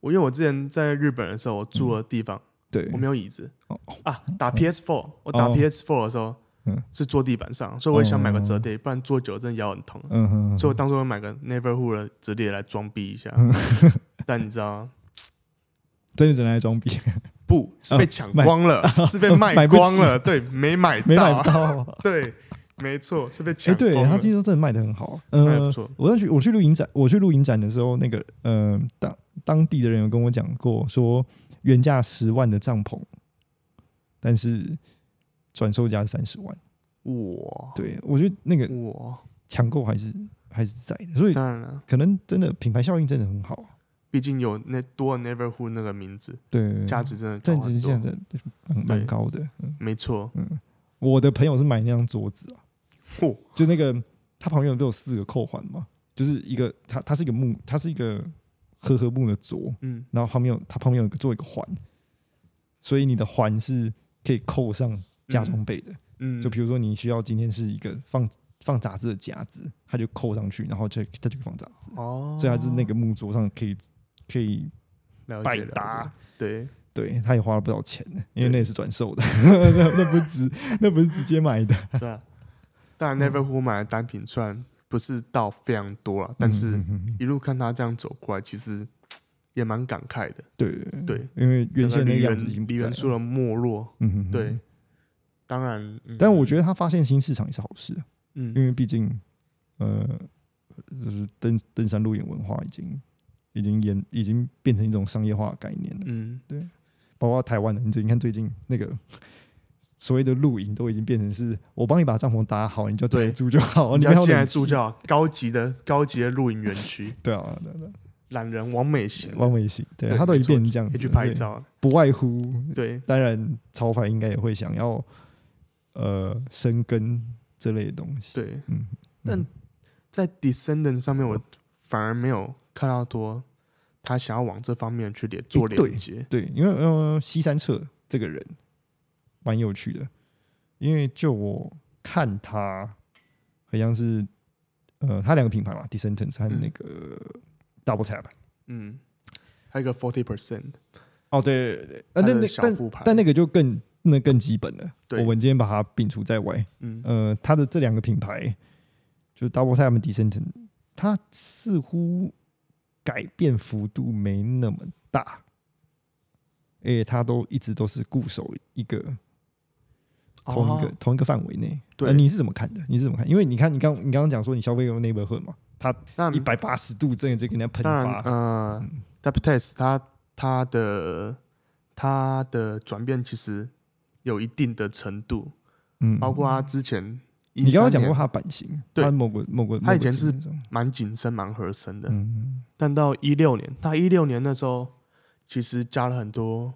B: 我因为我之前在日本的时候，我住的地方、
A: 对
B: 我没有椅子
A: 嗯哦
B: 啊，打 PS4，我打
A: 哦
B: PS4 的时候、
A: 嗯
B: 是坐地板上，所以我也想买个
A: 哦
B: 折叠椅，不然坐久了真的腰很痛。
A: 嗯哼，
B: 所以我当初买个 Neverhood 的折叠来装逼一下。
A: 嗯
B: 但你知道吗
A: 真的只能来装逼，
B: 不是被抢光了，是被卖
A: 哦买不起
B: 光了，对，没买
A: 没买
B: 到，
A: 到。
B: 对，没错，是被抢
A: 哎，
B: 光
A: 对
B: 了。
A: 他听说真的卖的很好，
B: 那还不
A: 嗯，
B: 错，
A: 我要去我去露营展，我去露营展的时候，那个呃当当地的人有跟我讲过，说原价十万的帐篷，但是转售价三十万。
B: 哇，
A: 对我觉得那个
B: 哇，
A: 抢购还是还是在的，所以
B: 当然了，
A: 可能真的品牌效应真的很好。
B: 毕竟有那多了 Neverhood 那个名字，
A: 对，
B: 价值真的
A: 但
B: 高
A: 其实现
B: 很
A: 在
B: 多。
A: 真的蛮蛮
B: 对
A: 高的。嗯
B: 没错，
A: 我的朋友是买那张桌子啊，
B: 嚯，
A: 就那个它旁边不是有四个扣环嘛，就是一个它它是一个木，它是一个和合木的镯，
B: 嗯，
A: 然后旁边有它旁边有一个做一个环，所以你的环是可以扣上加装备的。
B: 嗯，
A: 就比如说你需要今天是一个放放杂志的夹子，它就扣上去，然后就它就可以放杂志，
B: 哦，
A: 所以它是那个木桌上可以可以
B: 了解
A: 百
B: 了
A: 搭
B: 解。 对，
A: 对，他也花了不少钱呢，因为
B: 对
A: 那也是转售的，那那不是直，那不是直接买的。
B: 对啊，当
A: 嗯
B: 然 Neverwho 买的单品虽然不是到非常多了，但是
A: 嗯嗯嗯嗯
B: 一路看他这样走过来，其实也蛮感慨的。
A: 对
B: 对，
A: 因为嗯原
B: 整
A: 先
B: 个
A: 那
B: 梨
A: 个样
B: 园
A: 子已经不
B: 梨
A: 在
B: 园
A: 了，
B: 树的没落，
A: 嗯哼，
B: 对，
A: 嗯。
B: 当然，嗯
A: 但我觉得他发现新市场也是好事啊，因
B: 嗯，
A: 为毕竟，呃，就是登登山路演文化已经已经演已经变成一种商业化的概念了，
B: 嗯，
A: 包括台湾的，你你看最近那个所谓的露营都已经变成是我帮你把帐篷搭好，你就进来
B: 对
A: 住就好，
B: 你
A: 哦你
B: 要
A: 不
B: 进来
A: 冷气
B: 住叫高级的高级的露营园区，
A: 对啊，对啊对啊
B: 懒人王美型，
A: 王伟信，对啊
B: 对
A: 他都已
B: 没
A: 经
B: 错
A: 变成这样
B: 可
A: 子
B: 以
A: 了，
B: 去拍
A: 对
B: 照，
A: 不外乎
B: 对，
A: 当然潮牌应该也会想要呃生根这类的东西，
B: 对，
A: 嗯，
B: 但在 Descendant 上面，我反而没有看到多他想要往这方面去连做连接。
A: 对，因为呃，西山彻这个人蛮有趣的，因为就我看他好像是呃，他两个品牌嘛，Descendants 和那个 Double Tap。
B: 嗯，还有一个 forty percent，
A: 哦，对对对，呃、那那
B: 小
A: 但
B: 副牌，
A: 但那个就更那更基本了。
B: 对
A: 我们今天把它摒除在外。
B: 嗯
A: 呃，它的这两个品牌，就是 Double Tap 和 Descendant，它似乎改变幅度没那么大，而且它都一直都是固守一个同一个、
B: 哦
A: 同一个范围内。
B: 对
A: 呃你是怎么看的？你是怎么看？因为你看，你刚你刚刚讲说你消费用 neighborhood 嘛，它
B: 那
A: 一百八十度真的就给人家喷
B: 嗯当然，
A: 发。嗯
B: 呃 d e p t e s t 它它的它的转变其实有一定的程度，
A: 嗯
B: 包括他之前
A: 你刚刚讲
B: 13
A: 过
B: 年
A: 它的版型，
B: 对
A: 它某个某个，
B: 它以前
A: 某个
B: 是
A: 字那种
B: 蛮紧身、蛮合身的，
A: 嗯
B: 但到一六年，到一六年那时候，其实加了很多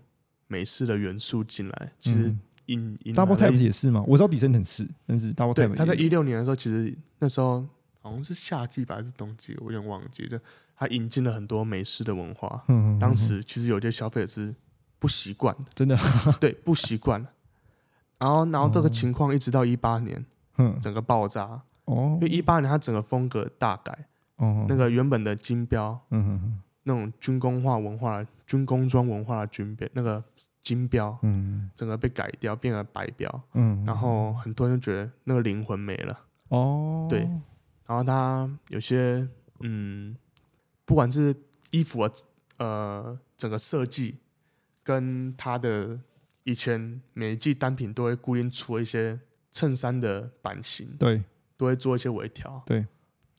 B: 美式的元素进来，其实
A: 嗯
B: 引引来
A: ，Double
B: 了
A: Tap
B: 一
A: 也是吗？我知道底层很是，但是 Double
B: 对
A: Tap，，
B: 他在一六年的时候，其实那时候好像是夏季吧，还是冬季，我有点忘记了。就他引进了很多美式的文化，
A: 嗯，嗯嗯
B: 当时其实有些消费者是不习惯的，
A: 真的，
B: 对，不习惯。然后，然后这个
A: 哦
B: 情况一直到一八年，
A: 嗯
B: 整个爆炸，
A: 哦
B: 因为一八年它整个风格大改，
A: 哦
B: 那个原本的金标
A: 嗯嗯
B: 那种军工化文化、军工装文化的军标，那个金标
A: 嗯
B: 整个被改掉，变成白标，
A: 嗯，
B: 然后很多人就觉得那个灵魂没了。
A: 哦
B: 对然后它有些嗯，不管是衣服的呃整个设计，跟它的以前每一季单品都会固定出一些衬衫的版型，
A: 对，
B: 都会做一些微调。
A: 对，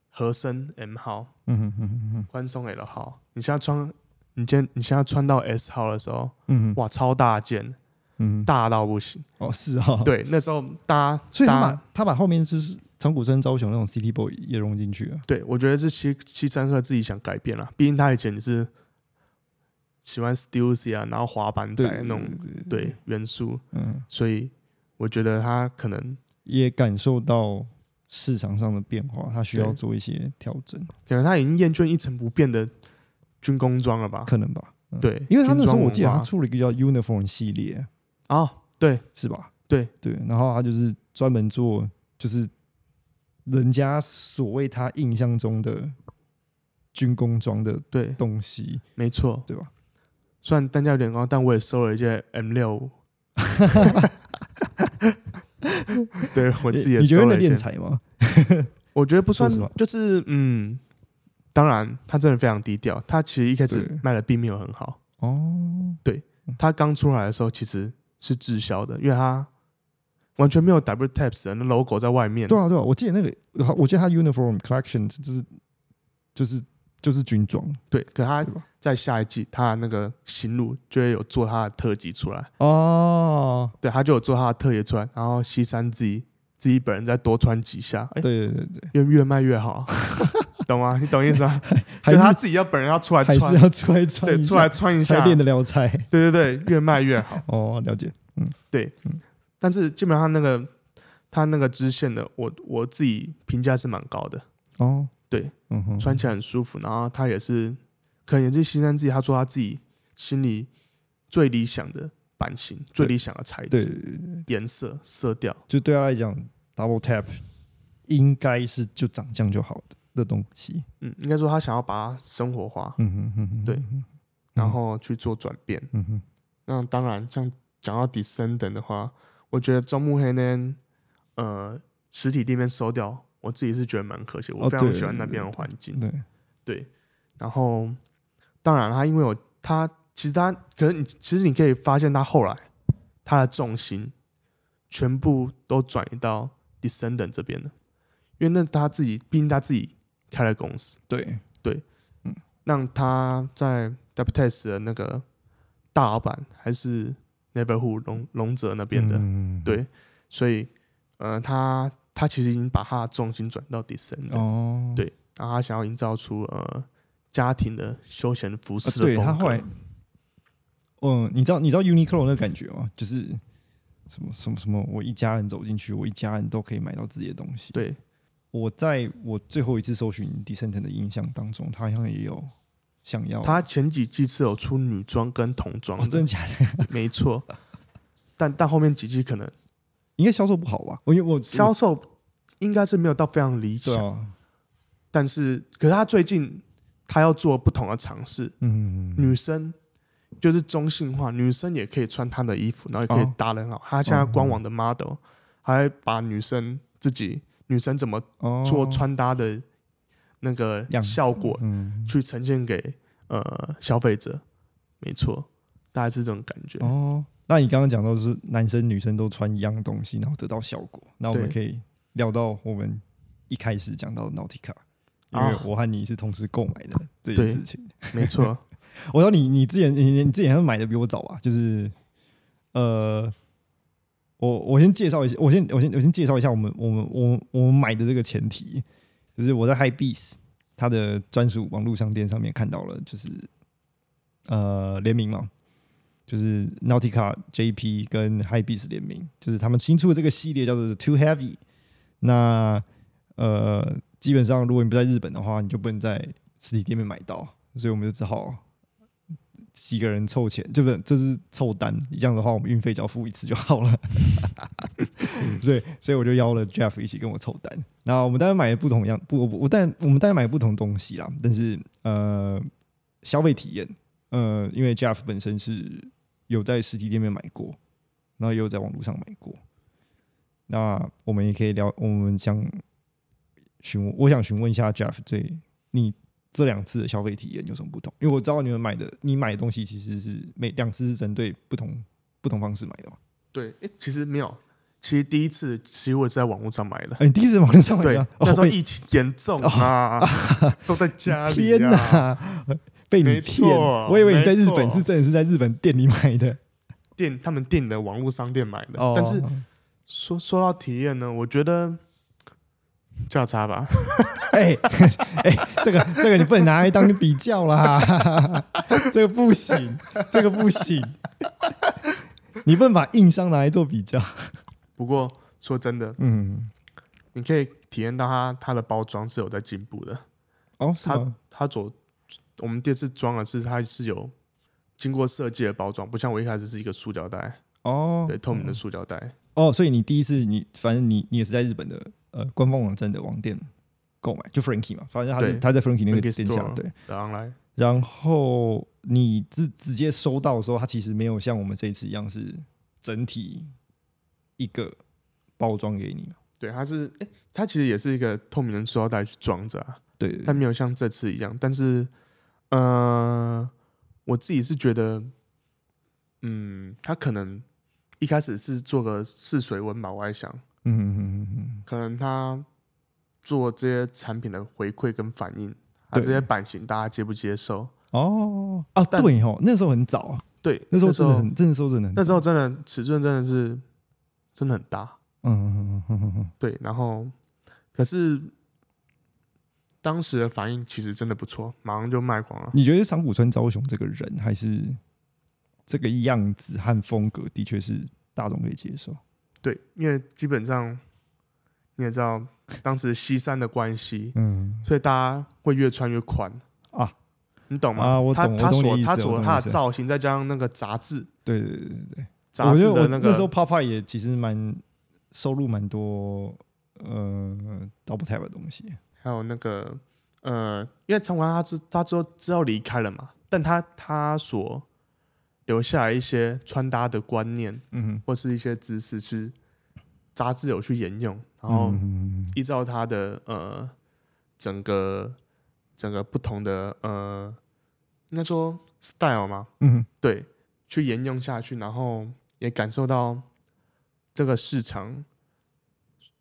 B: 合身 M 号，
A: 嗯哼嗯哼嗯
B: 宽松 L 号。你现在穿，你今天你现在穿到 S 号的时候，
A: 嗯哼
B: 哇，超大件，
A: 嗯哼，
B: 大到不行。
A: 哦是啊，，
B: 对，那时候大家，
A: 所以他
B: 大
A: 把
B: 家
A: 他把后面就是长谷川昭雄那种 City Boy 也融进去了，
B: 对我觉得是七七三克自己想改变了，毕竟他以前也是喜欢 Stussy 啊，然后滑板仔
A: 对
B: 那种对元素，
A: 嗯，
B: 所以我觉得他可能
A: 也感受到市场上的变化，他需要
B: 对啊
A: 做一些调整，
B: 可能他已经厌倦一成不变的军工装了吧？
A: 可能吧，嗯，
B: 对，
A: 因为他那时候
B: 军装啊
A: 我记得
B: 文
A: 他
B: 化
A: 出了一个叫 Uniform 系列，
B: 哦，对
A: 是吧？
B: 对
A: 对，然后他就是专门做，就是人家所谓他印象中的军工装的
B: 对，
A: 东西，
B: 没错，
A: 对吧？
B: 虽然单价有点高，但我也收了一件 M 六五。 对我自己也
A: 你觉得
B: 收
A: 那
B: 了一
A: 敛
B: 件，
A: 财吗？
B: 我觉得不算
A: 说实话，
B: 就是嗯，当然他真的非常低调，他其实一开
A: 对
B: 始卖的并没有很好，嗯
A: 哦，
B: 他刚出来的时候其实是滞销的，因为他完全没有 W Taps 的那 logo 在外面，
A: 对啊，对啊，我记得那个，我记得他 uniform collection 就是就是就是军装
B: 对，可他
A: 对吧
B: 在下一季他的那个新路就会有做他的特辑出来，
A: 哦，
B: 对他就有做他的特辑出来，然后西山自己自己本人再多穿几下，哎，
A: 对对对对，
B: 越越卖越好， 懂吗？你懂意思吗？
A: 还
B: 就是他自己要本人要出来
A: 还是
B: 穿，
A: 要出来穿一
B: 对，
A: 下，
B: 出来穿一
A: 才
B: 下，
A: 练
B: 对
A: 得了财
B: 对对，越卖越好。
A: 哦，了解，
B: 但是基本上那个他那个支线的，我我自己评价是蛮高的，
A: 哦，
B: 对，
A: 嗯哼，
B: 穿起来很舒服。然后他也是，可能也是新山自己，他说他自己心里最理想的版型、最理想的材
A: 对
B: 质、颜色、色调。
A: 就对他来讲，double tap 应该是就长这样就好的的东西。
B: 嗯，应该说他想要把它生活化，
A: 嗯哼哼哼，
B: 对，然后去做转变。
A: 嗯哼，
B: 那当然，像讲到 Descendant 的话，我觉得中木黑呢，呃，实体店面收掉，我自己是觉得蛮可惜。
A: 哦
B: 我非常
A: 对
B: 喜欢那边的环境，
A: 对，
B: 对。然后，当然他因为我他其实他可能你其实你可以发现他后来他的重心全部都转移到 Descendant 这边了，因为那是他自己，毕竟他自己开了公司，
A: 对，
B: 让他在 d e p t e s 的那个大老板还是 Neverhood 龙龙泽那边的，
A: 嗯，
B: 对，所以呃，他他其实已经把他的重心转到 Descend，、了，
A: 哦，
B: 对然后他想要营造出呃家庭的休闲服
A: 啊
B: 饰的
A: 对
B: 风格。
A: 他后来，嗯，你知道你知道 Uniqlo 那感觉吗？就是什么什么什么，我一家人走进去，我一家人都可以买到自己的东西。，
B: 对
A: 我在我最后一次搜寻 Descent 的印象当中，他好像也有想要
B: 他前几季是有出女装跟童装
A: 哦，
B: 的，
A: 真的假的？
B: 没错。但但后面几季可能
A: 应该销售不好吧？我因为我
B: 销售应该是没有到非常理
A: 对
B: 想，
A: 啊，
B: 但是可是他最近他要做不同的尝试，
A: 嗯，
B: 女生就是中性化，女生也可以穿她的衣服，然后也可以
A: 哦嗯
B: 搭得很好。她现在官网的 model、还把女生自己女生怎么
A: 哦，
B: 做穿搭的那个
A: 样子
B: 效果
A: 嗯，
B: 去呈现给呃消费者，没错，大概是这种感觉。
A: 哦，那你刚刚讲到是男生女生都穿一样东西，然后得到效果，那我们
B: 对
A: 可以聊到我们一开始讲到的 Nautica，因
B: 啊
A: 为我和你是同时购买的这件
B: 对
A: 事情。
B: 没错，
A: 我说你你之前你你之前好像买的比我早吧？就是呃，我我先介绍一下，我先我先我先介绍一下我们我们我们我们买的这个前提，就是我在 High Beast 它的专属网络商店上面看到了，就是呃联名嘛，就是 Nautica JP 跟 High Beast 联名，就是他们新出的这个系列叫做 Too Heavy。那呃，基本上如果你不在日本的话，你就不能在实体店面买到，所以我们就只好几个人凑钱，这不就是凑单，这样的话我们运费只要付一次就好了。 所以，所以我就邀了 Jeff 一起跟我凑单。然后我们当然买了不同样，不，我我但我们当然买了不同东西啦，但是呃，消费体验，呃，因为 Jeff 本身是有在实体店面买过，然后也有在网络上买过。那我们也可以聊，我们想询问，我想询问一下 Jeff 对你这两次的消费体验有什么不同？因为我知道你们买的，你买的东西其实是每两次是针对不同不同方式买的 嘛。
B: 对，诶其实没有，其实第一次其实我是在网络上买的。
A: 哎、你第一次网上买
B: 对
A: 的啊，，
B: 那时候
A: 哦
B: 疫情严重啊，都在家
A: 被
B: 里、
A: 天
B: 啊。
A: 哪，被你
B: 没
A: 骗！
B: 错
A: 我以为你在日本
B: 没错
A: 是真的是在日本店里买的，
B: 店他们店里的网络商店买的，
A: 哦，
B: 但是说说到体验呢，我觉得价差吧，
A: 哎 哎，这个这个你不能拿来当比较啦， 这个不行，这个不行，你不能把硬伤拿来做比较。
B: 不过说真的，
A: 嗯，
B: 你可以体验到它它的包装是有在进步的。
A: 哦，是吗？
B: 它所我们这次装的是它是有经过设计的包装，不像我一开始是一个塑胶袋，
A: 哦，
B: 对，透明的塑胶袋。
A: 哦，所以你第一次你反正你你也是在日本的呃官方网站的网店购买，就 Frankie 嘛，反正他是
B: 对
A: 他在 Frankie 那个
B: Frankie
A: 店下
B: Store
A: 对。
B: 然后来，
A: 然后你直直接收到的时候，它其实没有像我们这一次一样是整体一个包装给你嘛。
B: 对，它是哎、它其实也是一个透明的塑料袋去装着、啊，
A: 对对
B: 但
A: 对，
B: 没有像这次一样。但是，呃，我自己是觉得，嗯，它可能一开始是做个试水温吧，我在想，
A: 嗯嗯嗯嗯
B: 可能他做这些产品的回馈跟反应，啊，
A: 对
B: 这些版型大家接不接受？
A: 嗯，哦啊，
B: 但
A: 对哦，那时候很早啊，
B: 对，
A: 那时候真的
B: 那时候
A: 很，那时候真的很，
B: 那时候真的尺寸真的是真的很大，
A: 嗯嗯嗯嗯嗯
B: 对，然后可是当时的反应其实真的不错，马上就卖光了。
A: 你觉得长谷川昭雄这个人还是这个样子和风格，的确是大众可以接受。
B: 对，因为基本上你也知道，当时西山的关系，
A: 嗯，
B: 所以大家会越穿越宽
A: 啊，
B: 你懂吗？
A: 啊我
B: 他
A: 懂
B: 他
A: 我懂你
B: 所
A: 意思
B: 他
A: 我懂
B: 所
A: 你
B: 他
A: 意思
B: 的造型，再加上那个杂志。
A: 对对对对对，
B: 杂
A: 我觉
B: 志
A: 得
B: 的
A: 我
B: 那个
A: 那时候 Papa 也其实蛮收入蛮多呃 double tap 的东西。
B: 还有那个呃，因为长官他之他之后之后离开了嘛，但他他所留下来一些穿搭的观念
A: 嗯哼，
B: 或是一些知识是杂志有去沿用，然后
A: 嗯，
B: 依照它的呃整个整个不同的呃，应该说 style 吗？
A: 嗯
B: 对，去沿用下去，然后也感受到这个市场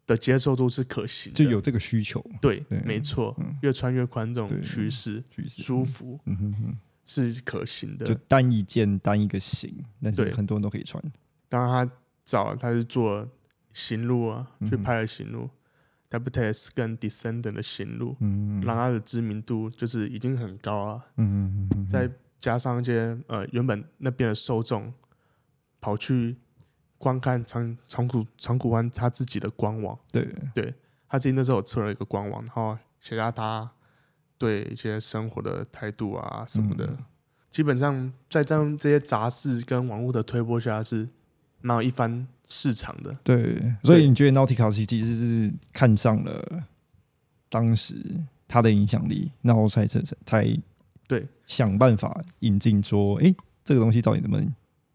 B: 的接受度是可行的，
A: 就有这个需求，
B: 对，
A: 对
B: 没错，
A: 嗯
B: 越穿越宽这
A: 对
B: 种趋势，
A: 确实
B: 舒，服
A: 嗯哼哼，
B: 是可行
A: 就
B: 的。
A: 单一件单一个型，但是
B: 对
A: 很多人都可以穿，
B: 当然，他找他是做行路啊，去
A: 嗯哼
B: 拍了行路 d e b u t e s 跟 Descendant 的行路，
A: 嗯
B: 让他的知名度就是已经很高了。
A: 嗯嗯，
B: 再加上一些呃原本那边的受众跑去观看长长谷长谷湾他自己的官网，
A: 对，
B: 他自己那时候有测了一个官网，然后写下他对一些生活的态度啊什么的。
A: 嗯
B: 基本上在这样这些杂志跟网络的推波下是蛮有一番市场的。
A: 对，所以你觉得 Nautica 其实是看上了当时它的影响力，然后才才才
B: 对
A: 想办法引进说，哎、这个东西到底能不能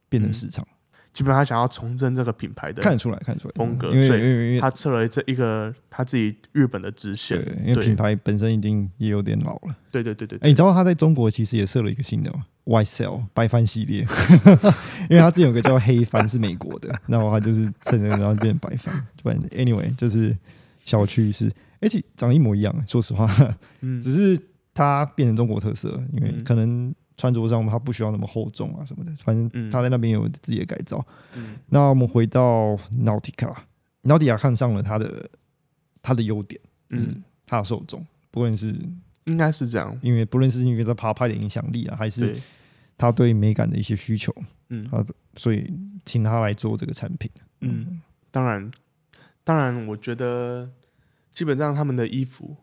A: 变成市场？
B: 基本上他想要重振这个品牌的，
A: 看得出来，看得出来
B: 嗯风格
A: 因为因
B: 所以
A: 为因为
B: 他测了这一个他自己日本的支线
A: 对。，因为
B: 对
A: 品牌本身已经也有点老了。
B: 对对对对
A: 哎、你知道他在中国其实也设了一个新的吗？YSL 白帆系列， 因为他之前有个叫黑帆是美国的，然后他就是趁着然后变白帆，反正 anyway 就是小趋势，而且长得一模一样，说实话，
B: 嗯，
A: 只是它变成中国特色，因为
B: 嗯
A: 可能穿着上它不需要那么厚重啊什么的，反正
B: 嗯
A: 他在那边有自己的改造。
B: 嗯
A: 那我们回到 Nautica，Nautica 看上了它的它的优点，
B: 嗯，
A: 它的受众，不论是
B: 应该是这样。
A: 因为不论是因为在爬拍的影响力啊，还是
B: 对，
A: 他对美感的一些需求，
B: 嗯
A: 所以请他来做这个产品。
B: 嗯，当然，当然，我觉得基本上他们的衣服，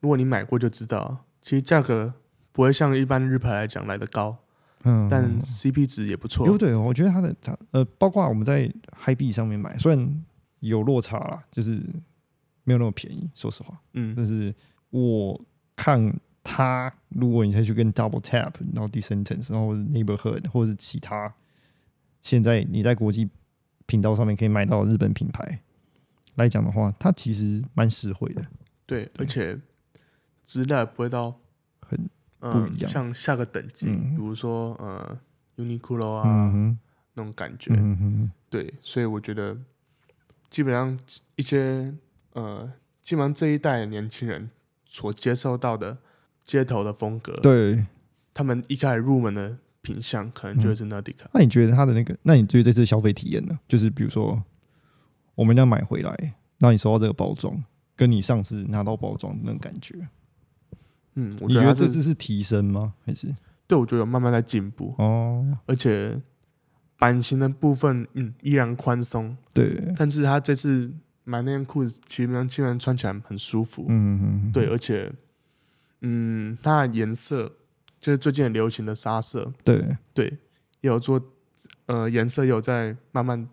B: 如果你买过就知道，其实价格不会像一般日牌来讲来的高，
A: 嗯
B: 但 CP 值也不错。
A: 有对，我觉得他的他呃，包括我们在 h i b 上面买，虽然有落差啦，就是没有那么便宜，说实话。
B: 嗯
A: 但是我看他，如果你再去跟 Double Tap，然后 Descendants，然后或者 Neighborhood，或者是其他，现在你在国际频道上面可以买到的日本品牌来讲的话，它其实蛮实惠的。
B: 对，而且质量也不会到
A: 很
B: 嗯
A: 不一样
B: 像下个等级，
A: 嗯
B: 比如说呃 Uniqlo
A: 嗯
B: 啊、
A: 哼，
B: 那种感觉。
A: 嗯哼，
B: 对，所以我觉得基本上一些呃，基本上这一代的年轻人所接受到的街头的风格，
A: 对。
B: 他们一开始入门的品相可能
A: 嗯
B: 就会是 Nordica，、
A: 那你觉得它的那个？那你对这次消费体验呢？就是比如说，我们要买回来，那你收到这个包装，跟你上次拿到包装的那种感觉，
B: 嗯，我
A: 你
B: 觉
A: 觉得
B: 得它
A: 这
B: 是
A: 次是提升吗？还是
B: 对我觉得有慢慢在进步，
A: 哦，
B: 而且版型的部分嗯依然宽松，
A: 对，
B: 但是他这次买那件裤子，其实竟然穿起来很舒服，
A: 嗯嗯，
B: 对，而且嗯，它的颜色就是最近很流行的沙色，
A: 对，
B: 对，也有做呃颜色有在慢慢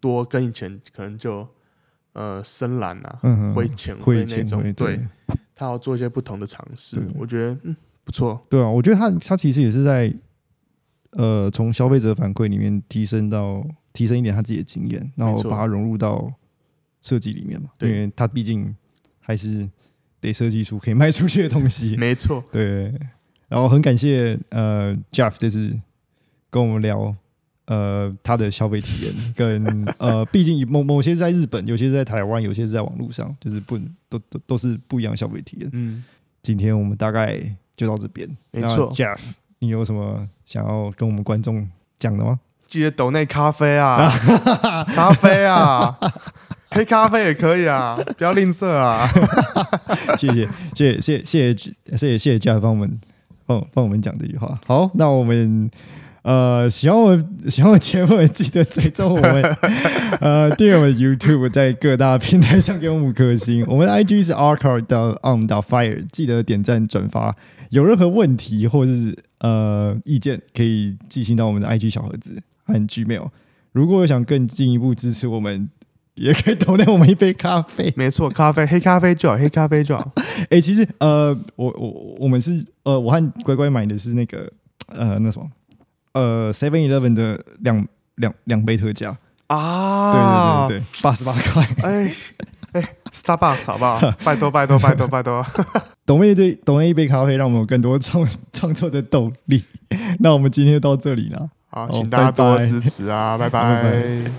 B: 多，跟以前可能就呃深蓝啊、
A: 嗯，
B: 灰浅
A: 会
B: 那
A: 前
B: 种，
A: 会
B: 对
A: 对，
B: 他要做一些不同的尝试
A: 对，
B: 我觉得嗯不错，
A: 对啊，我觉得它它其实也是在呃从消费者反馈里面提升到提升一点他自己的经验，然后
B: 没错
A: 把它融入到设计里面嘛，因
B: 对
A: 为它毕竟还是得设计出可以卖出去的东西，
B: 没错，
A: 对，然后很感谢呃 Jeff 这次跟我们聊呃他的消费体验 跟呃，毕竟某某些是在日本，有些是在台湾，有些是在网络上，就是不都都都是不一样的消费体验。
B: 嗯，
A: 今天我们大概就到这边，
B: 没
A: 那
B: 错
A: Jeff，你有什么想要跟我们观众讲的吗？
B: 记得抖内咖啡 啊，咖啡啊，黑咖啡也可以啊，不要吝 啬啊，
A: 谢谢，谢谢，谢谢，谢谢，谢谢 Jeff 帮我们帮帮我们讲这句话。好，那我们呃，喜欢我们喜欢我节目，记得追踪我们 呃订阅我们 YouTube，在各大平台上给我们五颗星。我们的 IG 是 r c a r 到 on 到 fire，记得点赞转发。有任何问题或是呃意见，可以寄信到我们的 IG 小盒子和 Gmail。如果有想更进一步支持我们，也可以 投给我们一杯咖啡。
B: 没错，咖啡黑咖啡就好，黑咖啡就好，
A: 哎、其实呃，我我我们是呃，我和乖乖买的是那个呃，那什么呃，Seven Eleven 的两两两杯特价，
B: 啊，
A: 对对对对，八十八块。
B: 哎哎，Starbucks 好不好？拜托拜托拜托拜托！
A: 懂一杯懂一杯咖啡，让我们有更多创创作的动 力。那我们今天就到这里了。
B: 好，
A: 哦
B: 啊请大家多
A: 拜拜
B: 支持啊，拜
A: 拜
B: 拜